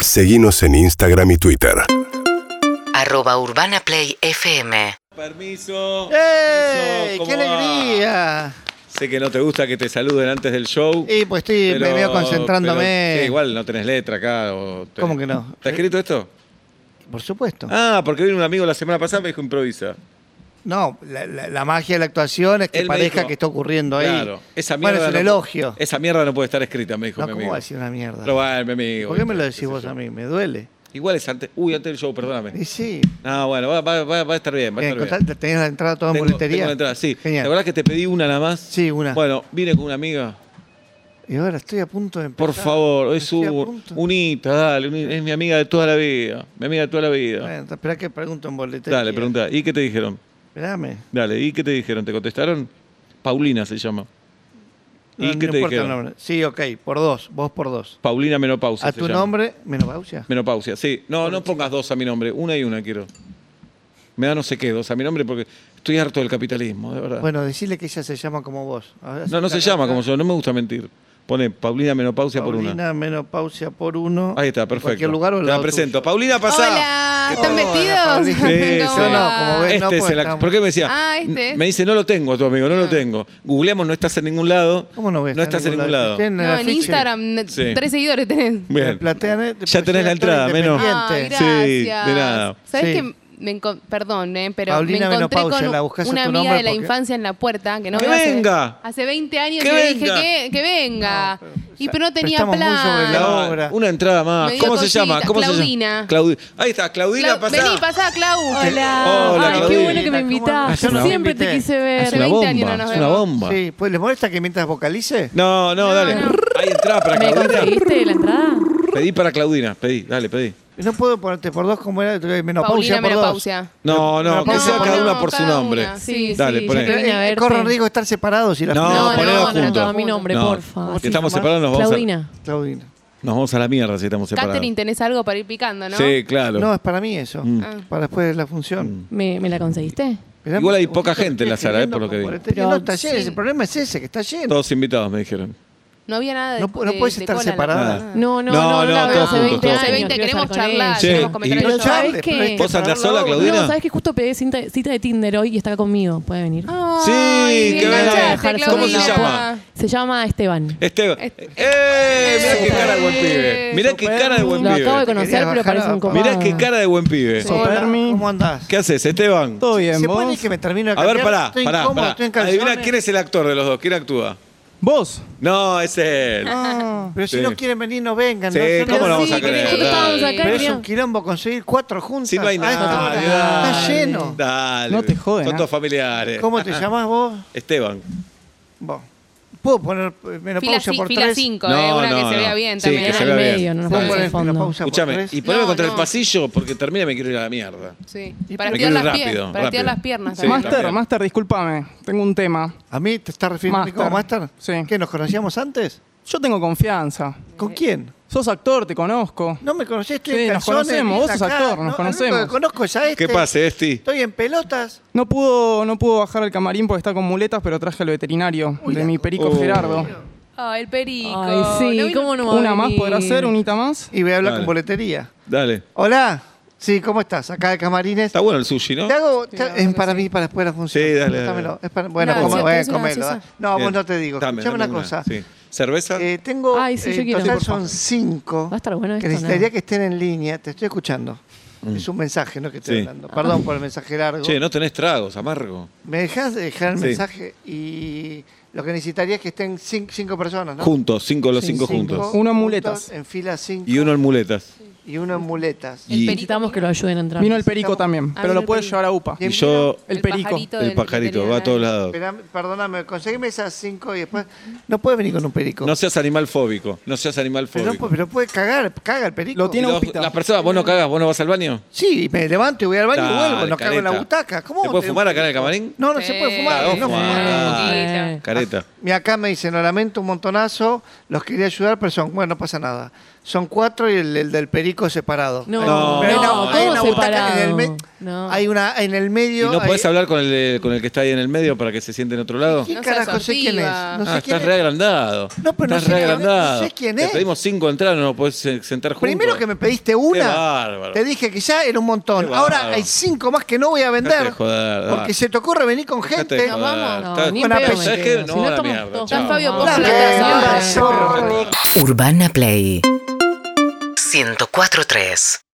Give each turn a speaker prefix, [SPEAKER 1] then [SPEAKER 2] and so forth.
[SPEAKER 1] Seguimos en Instagram y Twitter.
[SPEAKER 2] Arroba Urbana Play FM.
[SPEAKER 3] Permiso.
[SPEAKER 4] ¡Ey!
[SPEAKER 3] Permiso, ¿cómo
[SPEAKER 4] ¡Qué
[SPEAKER 3] va?
[SPEAKER 4] alegría!
[SPEAKER 3] Sé que no te gusta que te saluden antes del show.
[SPEAKER 4] Y pues estoy me
[SPEAKER 3] pero-
[SPEAKER 4] veo concentrándome.
[SPEAKER 3] pero, sí, igual no tenés letra acá. o te-
[SPEAKER 4] ¿Cómo que no?
[SPEAKER 3] ¿Está escrito esto?
[SPEAKER 4] Por supuesto.
[SPEAKER 3] Ah, porque vino un amigo la semana pasada y me dijo improvisa.
[SPEAKER 4] No, la, la- la magia de la actuación es que
[SPEAKER 3] Él me
[SPEAKER 4] parezca
[SPEAKER 3] dijo-
[SPEAKER 4] que está ocurriendo ahí.
[SPEAKER 3] Claro. Esa mierda
[SPEAKER 4] bueno, es un
[SPEAKER 3] no-
[SPEAKER 4] elogio.
[SPEAKER 3] Esa mierda no puede estar escrita, me dijo
[SPEAKER 4] no,
[SPEAKER 3] mi
[SPEAKER 4] ¿cómo
[SPEAKER 3] amigo.
[SPEAKER 4] va a decir una mierda?
[SPEAKER 3] Pero bueno, mi amigo.
[SPEAKER 4] ¿Por qué me lo
[SPEAKER 3] ¿viste?
[SPEAKER 4] decís vos a mí? Me duele.
[SPEAKER 3] Igual es antes. Uy, antes del show, perdóname.
[SPEAKER 4] Y sí.
[SPEAKER 3] Ah, bueno, va, va- va- va a estar bien. Va a
[SPEAKER 4] Bien,
[SPEAKER 3] estar bien.
[SPEAKER 4] con tal- tenías la entrada toda en
[SPEAKER 3] Tengo-
[SPEAKER 4] boletería.
[SPEAKER 3] tengo la entrada, sí.
[SPEAKER 4] Genial.
[SPEAKER 3] ¿Te acordás que te pedí una nada más?
[SPEAKER 4] Sí, una.
[SPEAKER 3] Bueno, vine con una amiga.
[SPEAKER 4] Y ahora estoy a punto de empezar.
[SPEAKER 3] Por favor, es
[SPEAKER 4] Estoy a
[SPEAKER 3] un,
[SPEAKER 4] punto.
[SPEAKER 3] unita, dale, uni- es mi amiga de toda la vida, mi amiga de toda la vida.
[SPEAKER 4] Bueno, espera que pregunto en boletería.
[SPEAKER 3] dale, pregunta, ¿y qué te dijeron?
[SPEAKER 4] Esperame.
[SPEAKER 3] Dale, ¿y qué te dijeron? ¿Te contestaron? Paulina se llama. ¿Y
[SPEAKER 4] No,
[SPEAKER 3] qué
[SPEAKER 4] no
[SPEAKER 3] te
[SPEAKER 4] importa el
[SPEAKER 3] dijeron?
[SPEAKER 4] nombre. Sí, ok, por dos. Vos por dos.
[SPEAKER 3] Paulina Menopausia.
[SPEAKER 4] a
[SPEAKER 3] se
[SPEAKER 4] tu
[SPEAKER 3] llama.
[SPEAKER 4] nombre, menopausia.
[SPEAKER 3] Menopausia, sí. No, no pongas dos a mi nombre, una y una quiero. Me da no sé qué, dos a mi nombre porque estoy harto del capitalismo, de verdad.
[SPEAKER 4] Bueno, decirle que ella se llama como vos. A ver,
[SPEAKER 3] no, no se
[SPEAKER 4] saca-
[SPEAKER 3] llama como yo, no me gusta mentir. Pone Paulina Menopausia por una.
[SPEAKER 4] Paulina, menopausia por uno.
[SPEAKER 3] Ahí está,
[SPEAKER 4] En
[SPEAKER 3] perfecto.
[SPEAKER 4] cualquier lugar o al
[SPEAKER 3] Te
[SPEAKER 4] lado
[SPEAKER 3] la presento.
[SPEAKER 4] tuyo.
[SPEAKER 3] Paulina, pasá.
[SPEAKER 5] Hola, ¿están
[SPEAKER 4] Hola,
[SPEAKER 5] vestidos?
[SPEAKER 4] Paulina.
[SPEAKER 3] Sí,
[SPEAKER 5] ¿Cómo
[SPEAKER 3] sí.
[SPEAKER 5] va?
[SPEAKER 4] No, como ven.
[SPEAKER 3] Este
[SPEAKER 4] no,
[SPEAKER 3] es
[SPEAKER 4] porque
[SPEAKER 3] el act-
[SPEAKER 4] estamos-
[SPEAKER 3] ¿Por qué me decía?
[SPEAKER 5] Ah, este.
[SPEAKER 3] Me dice, no lo tengo, tu amigo, no lo tengo. Googleamos, no estás en ningún lado.
[SPEAKER 4] ¿Cómo no ves?
[SPEAKER 3] No estás en ningún lado.
[SPEAKER 4] Estoy
[SPEAKER 5] No,
[SPEAKER 4] el
[SPEAKER 5] en
[SPEAKER 4] afiche.
[SPEAKER 5] Instagram, ne-
[SPEAKER 3] Sí.
[SPEAKER 5] tres seguidores tenés.
[SPEAKER 4] Me
[SPEAKER 3] Bien.
[SPEAKER 4] platean, eh, pero
[SPEAKER 3] tenés la
[SPEAKER 4] yo era
[SPEAKER 3] entrada, menos.
[SPEAKER 5] Ay,
[SPEAKER 4] independiente.
[SPEAKER 5] gracias.
[SPEAKER 3] Sí, de nada.
[SPEAKER 5] ¿Sabes
[SPEAKER 4] Sí.
[SPEAKER 5] que me encon- Perdón, eh, pero
[SPEAKER 4] Paulina
[SPEAKER 5] me encontré
[SPEAKER 4] Menopausia,
[SPEAKER 5] con
[SPEAKER 4] la buscás en
[SPEAKER 5] una
[SPEAKER 4] tu
[SPEAKER 5] amiga
[SPEAKER 4] nombre
[SPEAKER 5] de la
[SPEAKER 4] porque-
[SPEAKER 5] infancia en la puerta que no
[SPEAKER 3] ¡Que
[SPEAKER 5] veo hace-
[SPEAKER 3] venga!
[SPEAKER 5] Hace, 20 años
[SPEAKER 3] ¡Que
[SPEAKER 5] y le
[SPEAKER 3] venga!
[SPEAKER 5] dije que, que venga. y pero no tenía
[SPEAKER 4] estamos muy sobre la
[SPEAKER 5] plan.
[SPEAKER 4] hora. obra.
[SPEAKER 3] Una entrada más.
[SPEAKER 5] Me dio
[SPEAKER 3] ¿Cómo se
[SPEAKER 5] Ah, cosita.
[SPEAKER 3] llama? ¿Cómo
[SPEAKER 5] Claudina.
[SPEAKER 3] se llama? Claudi- Ahí está, Claudina,
[SPEAKER 5] Clau-
[SPEAKER 3] pasá.
[SPEAKER 5] Vení, pasá, Clau.
[SPEAKER 6] Hola.
[SPEAKER 3] Hola,
[SPEAKER 6] Ay,
[SPEAKER 3] Claudina.
[SPEAKER 6] qué bueno que me
[SPEAKER 4] ¿Cómo
[SPEAKER 6] invitás.
[SPEAKER 4] andás?
[SPEAKER 3] Yo no
[SPEAKER 6] Siempre
[SPEAKER 4] invité.
[SPEAKER 6] te quise
[SPEAKER 3] es
[SPEAKER 5] Hace
[SPEAKER 6] ver.
[SPEAKER 3] una
[SPEAKER 5] 20
[SPEAKER 3] bomba.
[SPEAKER 5] años no nos
[SPEAKER 3] es una
[SPEAKER 5] vemos.
[SPEAKER 3] bomba.
[SPEAKER 4] Sí, pues les molesta que mientras vocalice.
[SPEAKER 3] No, no, dale.
[SPEAKER 5] no.
[SPEAKER 3] Hay entrada para
[SPEAKER 6] ¿Me
[SPEAKER 3] Claudina.
[SPEAKER 6] conseguiste la entrada?
[SPEAKER 3] Pedí para Claudina, pedí, dale, pedí.
[SPEAKER 4] No puedo ponerte por dos como era eh, menopausia
[SPEAKER 5] Paulina
[SPEAKER 4] por
[SPEAKER 5] Menopausia.
[SPEAKER 3] No, no,
[SPEAKER 4] No,
[SPEAKER 3] que sea
[SPEAKER 4] no,
[SPEAKER 3] cada una
[SPEAKER 5] no,
[SPEAKER 3] por su
[SPEAKER 5] cada
[SPEAKER 3] nombre.
[SPEAKER 5] una.
[SPEAKER 6] Sí,
[SPEAKER 3] Dale,
[SPEAKER 6] sí,
[SPEAKER 3] poné.
[SPEAKER 6] ya que vine a
[SPEAKER 4] dos.
[SPEAKER 6] verte.
[SPEAKER 4] Corren eh, riesgo de estar separados y la
[SPEAKER 3] No,
[SPEAKER 6] No,
[SPEAKER 3] poné
[SPEAKER 6] no,
[SPEAKER 3] dos
[SPEAKER 6] no, no,
[SPEAKER 3] juntos.
[SPEAKER 6] no, mi nombre,
[SPEAKER 3] No.
[SPEAKER 6] porfa.
[SPEAKER 3] Si estamos separados, nos vamos a.
[SPEAKER 6] Claudina.
[SPEAKER 4] Claudina.
[SPEAKER 3] Nos vamos a la mierda si estamos separados.
[SPEAKER 5] Catherine, tenés algo para ir picando, ¿no?
[SPEAKER 3] Sí, claro. Mm.
[SPEAKER 4] No, es para mí eso.
[SPEAKER 5] Ah.
[SPEAKER 4] Para después de la función.
[SPEAKER 6] ¿Me, me la conseguiste?
[SPEAKER 4] Esperá
[SPEAKER 3] Igual hay
[SPEAKER 4] un segundito,
[SPEAKER 3] poca gente en la
[SPEAKER 4] estoy
[SPEAKER 3] sala, eh, por
[SPEAKER 4] escribiendo
[SPEAKER 3] lo que
[SPEAKER 4] con
[SPEAKER 3] vi.
[SPEAKER 4] boletería.
[SPEAKER 6] Pero
[SPEAKER 4] No, está lleno.
[SPEAKER 5] sí.
[SPEAKER 4] El problema es ese, que está lleno.
[SPEAKER 3] Todos invitados, me dijeron.
[SPEAKER 5] No había nada de
[SPEAKER 4] No pu- no
[SPEAKER 5] de-
[SPEAKER 4] puedes
[SPEAKER 5] de
[SPEAKER 4] estar
[SPEAKER 5] cola,
[SPEAKER 4] separada.
[SPEAKER 5] nada.
[SPEAKER 3] Nada.
[SPEAKER 6] No,
[SPEAKER 3] No,
[SPEAKER 6] no, no,
[SPEAKER 3] no,
[SPEAKER 6] la veo
[SPEAKER 3] todos juntos,
[SPEAKER 6] hace 20
[SPEAKER 3] todos
[SPEAKER 6] años.
[SPEAKER 5] Hace 20
[SPEAKER 6] quiero
[SPEAKER 5] queremos
[SPEAKER 6] estar con
[SPEAKER 5] charlar,
[SPEAKER 6] ella.
[SPEAKER 3] Che,
[SPEAKER 5] queremos comentar
[SPEAKER 3] y-
[SPEAKER 5] algo.
[SPEAKER 4] Pero charles,
[SPEAKER 6] ¿Sabés
[SPEAKER 4] pero
[SPEAKER 6] qué?
[SPEAKER 4] hay que
[SPEAKER 3] ¿Vos andás
[SPEAKER 4] cerrar la
[SPEAKER 3] sola,
[SPEAKER 4] boca.
[SPEAKER 3] Claudina?
[SPEAKER 6] No, sabes que justo pegué cinta- cita de Tinder hoy y está conmigo. Puede venir.
[SPEAKER 4] Ah,
[SPEAKER 3] Sí, que
[SPEAKER 6] venga.
[SPEAKER 5] enganchaste,
[SPEAKER 3] ¿Cómo se
[SPEAKER 5] Claudina.
[SPEAKER 3] llama?
[SPEAKER 6] Se llama Esteban.
[SPEAKER 3] Esteban.
[SPEAKER 5] Este-
[SPEAKER 3] ¡Eh! Mirá qué
[SPEAKER 5] Super.
[SPEAKER 3] cara de buen pibe. Mirá qué cara de buen
[SPEAKER 6] Lo acabo de
[SPEAKER 3] pibe.
[SPEAKER 6] conocer,
[SPEAKER 4] Quería
[SPEAKER 6] pero
[SPEAKER 4] bajar
[SPEAKER 6] parece
[SPEAKER 4] a-
[SPEAKER 6] un copado.
[SPEAKER 3] Mirá qué cara de buen pibe.
[SPEAKER 4] Hola, ¿Cómo andás?
[SPEAKER 3] ¿Qué haces, Esteban?
[SPEAKER 7] Todo bien,
[SPEAKER 4] Se
[SPEAKER 7] vos.
[SPEAKER 4] pone que me termino de
[SPEAKER 3] A ver,
[SPEAKER 4] cambiar,
[SPEAKER 3] pará,
[SPEAKER 4] Estoy
[SPEAKER 3] pará,
[SPEAKER 4] incómodo,
[SPEAKER 3] pará.
[SPEAKER 4] estoy en calzones.
[SPEAKER 3] Adivina quién es el actor de los dos, quién actúa.
[SPEAKER 7] Vos.
[SPEAKER 3] No, es él.
[SPEAKER 4] Ah, Pero si
[SPEAKER 3] Sí.
[SPEAKER 4] no quieren venir, no vengan.
[SPEAKER 3] Sí,
[SPEAKER 4] ¿no? Yo no-
[SPEAKER 3] ¿cómo lo vamos
[SPEAKER 6] sí,
[SPEAKER 3] a creer?
[SPEAKER 6] pero estábamos acá,
[SPEAKER 4] Pero es
[SPEAKER 6] Mira.
[SPEAKER 4] un quilombo conseguir cuatro juntas.
[SPEAKER 3] Si no hay
[SPEAKER 4] Ah, está-
[SPEAKER 3] nadie.
[SPEAKER 4] Está
[SPEAKER 3] dale,
[SPEAKER 4] lleno.
[SPEAKER 3] Dale.
[SPEAKER 7] No te joden,
[SPEAKER 3] Son
[SPEAKER 7] ¿ah?
[SPEAKER 3] todos familiares.
[SPEAKER 4] ¿Cómo te llamás vos?
[SPEAKER 3] Esteban.
[SPEAKER 4] Vos. ¿Puedo poner eh,
[SPEAKER 5] Fila
[SPEAKER 4] menopausia
[SPEAKER 5] ci-
[SPEAKER 4] por
[SPEAKER 5] Fila
[SPEAKER 4] tres?
[SPEAKER 5] 5,
[SPEAKER 3] No,
[SPEAKER 5] eh, una
[SPEAKER 3] no,
[SPEAKER 5] que se
[SPEAKER 3] no.
[SPEAKER 5] vea bien
[SPEAKER 3] Sí,
[SPEAKER 5] también.
[SPEAKER 3] que
[SPEAKER 6] Era
[SPEAKER 3] se
[SPEAKER 6] al
[SPEAKER 3] vea bien.
[SPEAKER 6] medio, no nos
[SPEAKER 4] ¿Puedo
[SPEAKER 6] ponemos en
[SPEAKER 4] poner
[SPEAKER 6] el fondo.
[SPEAKER 4] menopausia por
[SPEAKER 3] Escúchame,
[SPEAKER 4] tres?
[SPEAKER 3] y poneme
[SPEAKER 5] No,
[SPEAKER 3] contra
[SPEAKER 5] no.
[SPEAKER 3] el pasillo porque termina y me quiero ir a la mierda.
[SPEAKER 5] Sí.
[SPEAKER 4] Y
[SPEAKER 5] Para
[SPEAKER 4] me
[SPEAKER 5] estirar
[SPEAKER 3] quiero
[SPEAKER 5] las,
[SPEAKER 3] ir
[SPEAKER 5] pier-
[SPEAKER 3] rápido,
[SPEAKER 5] para
[SPEAKER 3] rápido.
[SPEAKER 5] estirar las piernas.
[SPEAKER 3] Sí,
[SPEAKER 5] también.
[SPEAKER 7] master,
[SPEAKER 3] también.
[SPEAKER 7] Master, discúlpame. Tengo un tema.
[SPEAKER 4] ¿A mí te estás refiriendo a mí como
[SPEAKER 7] Master.
[SPEAKER 4] Master?
[SPEAKER 7] Sí.
[SPEAKER 4] ¿Qué, nos conocíamos antes?
[SPEAKER 7] Yo tengo confianza.
[SPEAKER 4] ¿Con quién?
[SPEAKER 7] Sos actor, te conozco.
[SPEAKER 4] No me conocés, estoy
[SPEAKER 7] Sí,
[SPEAKER 4] en
[SPEAKER 7] nos
[SPEAKER 4] calzones.
[SPEAKER 7] conocemos,
[SPEAKER 4] vine
[SPEAKER 7] vos sos
[SPEAKER 4] acá,
[SPEAKER 7] actor, nos
[SPEAKER 4] no,
[SPEAKER 7] conocemos.
[SPEAKER 4] Lo único que conozco es a este.
[SPEAKER 3] ¿Qué pasa, Esti?
[SPEAKER 4] Estoy en pelotas.
[SPEAKER 7] No pudo, no pudo bajar al camarín porque está con muletas, pero traje al veterinario de mi perico
[SPEAKER 3] Oh.
[SPEAKER 7] Gerardo.
[SPEAKER 5] Ah, el perico.
[SPEAKER 6] Ay,
[SPEAKER 5] ¿No
[SPEAKER 6] sí,
[SPEAKER 5] vino?
[SPEAKER 6] ¿cómo no va a
[SPEAKER 7] Una más
[SPEAKER 6] venir?
[SPEAKER 7] podrá ser, unita más.
[SPEAKER 4] Y voy a hablar
[SPEAKER 3] Dale.
[SPEAKER 4] con boletería.
[SPEAKER 3] Dale.
[SPEAKER 4] Hola. Sí, ¿cómo estás? Acá de Camarines.
[SPEAKER 3] Está bueno el sushi, ¿no?
[SPEAKER 4] Te hago, te- es para mí, para después de la función.
[SPEAKER 3] Sí, dale, dale.
[SPEAKER 4] Dámelo. Es para- bueno,
[SPEAKER 6] Una
[SPEAKER 4] como-
[SPEAKER 6] gaseosa,
[SPEAKER 4] bueno,
[SPEAKER 6] ¿querés una
[SPEAKER 4] comelo,
[SPEAKER 6] gaseosa?
[SPEAKER 4] ah. No,
[SPEAKER 3] Bien.
[SPEAKER 4] vos no te digo.
[SPEAKER 3] Dame,
[SPEAKER 4] Escuchame una
[SPEAKER 3] dame
[SPEAKER 4] cosa.
[SPEAKER 3] sí. ¿Cerveza?
[SPEAKER 4] Eh, tengo,
[SPEAKER 6] Ay, sí, yo
[SPEAKER 4] en
[SPEAKER 6] quiero.
[SPEAKER 4] total
[SPEAKER 6] Sí, por
[SPEAKER 4] son cinco.
[SPEAKER 6] Va a estar bueno
[SPEAKER 4] que
[SPEAKER 6] esto,
[SPEAKER 4] necesitaría
[SPEAKER 6] ¿no?
[SPEAKER 4] que estén en línea. Te estoy escuchando. Es un mensaje, ¿no? Que
[SPEAKER 3] Mm.
[SPEAKER 4] estoy
[SPEAKER 3] Sí.
[SPEAKER 4] hablando. Perdón por el mensaje largo.
[SPEAKER 3] Che, no tenés tragos, amargo.
[SPEAKER 4] Me dejas de dejar el
[SPEAKER 3] Sí.
[SPEAKER 4] mensaje y lo que necesitaría es que estén cin- cinco personas, ¿no?
[SPEAKER 3] Juntos, cinco los
[SPEAKER 6] Sí,
[SPEAKER 3] cinco,
[SPEAKER 4] Cinco
[SPEAKER 3] juntos.
[SPEAKER 7] Uno
[SPEAKER 4] juntos,
[SPEAKER 7] en muletas.
[SPEAKER 4] En fila cinco
[SPEAKER 3] Y uno en muletas.
[SPEAKER 4] y uno en muletas.
[SPEAKER 5] El
[SPEAKER 3] Y-
[SPEAKER 5] perico
[SPEAKER 6] Necesitamos que
[SPEAKER 5] vino.
[SPEAKER 6] lo ayuden a entrar.
[SPEAKER 7] Vino el perico también,
[SPEAKER 5] Ah,
[SPEAKER 7] pero
[SPEAKER 5] vino
[SPEAKER 7] lo
[SPEAKER 5] el
[SPEAKER 7] puedes
[SPEAKER 5] perico.
[SPEAKER 7] llevar a UPA.
[SPEAKER 4] Y-
[SPEAKER 3] Y yo,
[SPEAKER 7] El perico.
[SPEAKER 5] pajarito
[SPEAKER 3] el
[SPEAKER 5] del ¿eh?
[SPEAKER 3] pajarito, va a
[SPEAKER 4] eh.
[SPEAKER 3] todos
[SPEAKER 5] veterinario.
[SPEAKER 3] lados.
[SPEAKER 4] Esperá, perdóname, conseguime esas cinco y después. No puede venir con un perico.
[SPEAKER 3] No seas animal fóbico. No seas animal
[SPEAKER 4] pero, no
[SPEAKER 3] fóbico.
[SPEAKER 4] puede- pero puede cagar, caga el perico.
[SPEAKER 7] Lo tiene-
[SPEAKER 3] Y los-
[SPEAKER 7] Pita.
[SPEAKER 3] las personas, vos no cagás, vos no vas al baño.
[SPEAKER 4] Sí, me levanto y voy al baño y
[SPEAKER 3] Dale,
[SPEAKER 4] vuelvo, no cago en la
[SPEAKER 3] careta.
[SPEAKER 4] butaca. ¿Cómo
[SPEAKER 3] ¿Se puede
[SPEAKER 4] te-
[SPEAKER 3] fumar acá en el camarín?
[SPEAKER 4] No, no se puede fumar.
[SPEAKER 3] Claro,
[SPEAKER 4] no Ah,
[SPEAKER 3] fumá.
[SPEAKER 4] fumar.
[SPEAKER 6] Eh,
[SPEAKER 3] Careta.
[SPEAKER 4] Mi acá me dice, no lamento un montonazo, los quería ayudar, pero son, bueno, no pasa nada. Son cuatro y el, el del perico es separado.
[SPEAKER 6] No,
[SPEAKER 3] No.
[SPEAKER 6] no,
[SPEAKER 3] Pero
[SPEAKER 4] no, hay una
[SPEAKER 6] todo
[SPEAKER 4] butaca
[SPEAKER 6] separado.
[SPEAKER 4] en el me-
[SPEAKER 6] no.
[SPEAKER 4] Hay una en el
[SPEAKER 3] ¿Y
[SPEAKER 4] medio.
[SPEAKER 3] no
[SPEAKER 4] hay-
[SPEAKER 3] podés hablar con el, de- con el que está ahí en el medio para que se siente en otro lado?
[SPEAKER 4] ¿Qué
[SPEAKER 5] No seas
[SPEAKER 4] carajo sé quién es?
[SPEAKER 5] sortiva.
[SPEAKER 4] No sé
[SPEAKER 3] ah,
[SPEAKER 4] quién
[SPEAKER 3] estás
[SPEAKER 4] es.
[SPEAKER 3] reagrandado.
[SPEAKER 4] No, pero no
[SPEAKER 3] estás
[SPEAKER 4] sé quién-
[SPEAKER 3] reagrandandado.
[SPEAKER 4] no sé quién
[SPEAKER 3] Te
[SPEAKER 4] es.
[SPEAKER 3] pedimos cinco entradas, no nos podés eh, sentar juntos.
[SPEAKER 4] Primero que me pediste
[SPEAKER 3] Qué
[SPEAKER 4] una,
[SPEAKER 3] bárbaro.
[SPEAKER 4] te dije que ya era un montón.
[SPEAKER 3] Qué
[SPEAKER 4] Ahora
[SPEAKER 3] bárbaro.
[SPEAKER 4] hay cinco más que no voy a
[SPEAKER 3] Dejate de
[SPEAKER 4] vender.
[SPEAKER 3] joder, dale.
[SPEAKER 4] Porque se te ocurre venir con
[SPEAKER 3] Dejate
[SPEAKER 4] gente.
[SPEAKER 3] de
[SPEAKER 6] No,
[SPEAKER 3] joder.
[SPEAKER 6] vamos, no,
[SPEAKER 3] Estás-
[SPEAKER 6] ni
[SPEAKER 4] en
[SPEAKER 3] Bueno,
[SPEAKER 4] pedo
[SPEAKER 3] ¿sabes
[SPEAKER 6] me
[SPEAKER 3] qué?
[SPEAKER 6] quedo.
[SPEAKER 3] No,
[SPEAKER 6] Si no
[SPEAKER 3] a la
[SPEAKER 6] estamos
[SPEAKER 3] mierda.
[SPEAKER 6] todos-
[SPEAKER 3] chao.
[SPEAKER 5] Está Fabio
[SPEAKER 4] La
[SPEAKER 5] Popola,
[SPEAKER 4] que
[SPEAKER 5] ¿sabes?
[SPEAKER 4] la zorra.
[SPEAKER 2] Urbana Play 104.3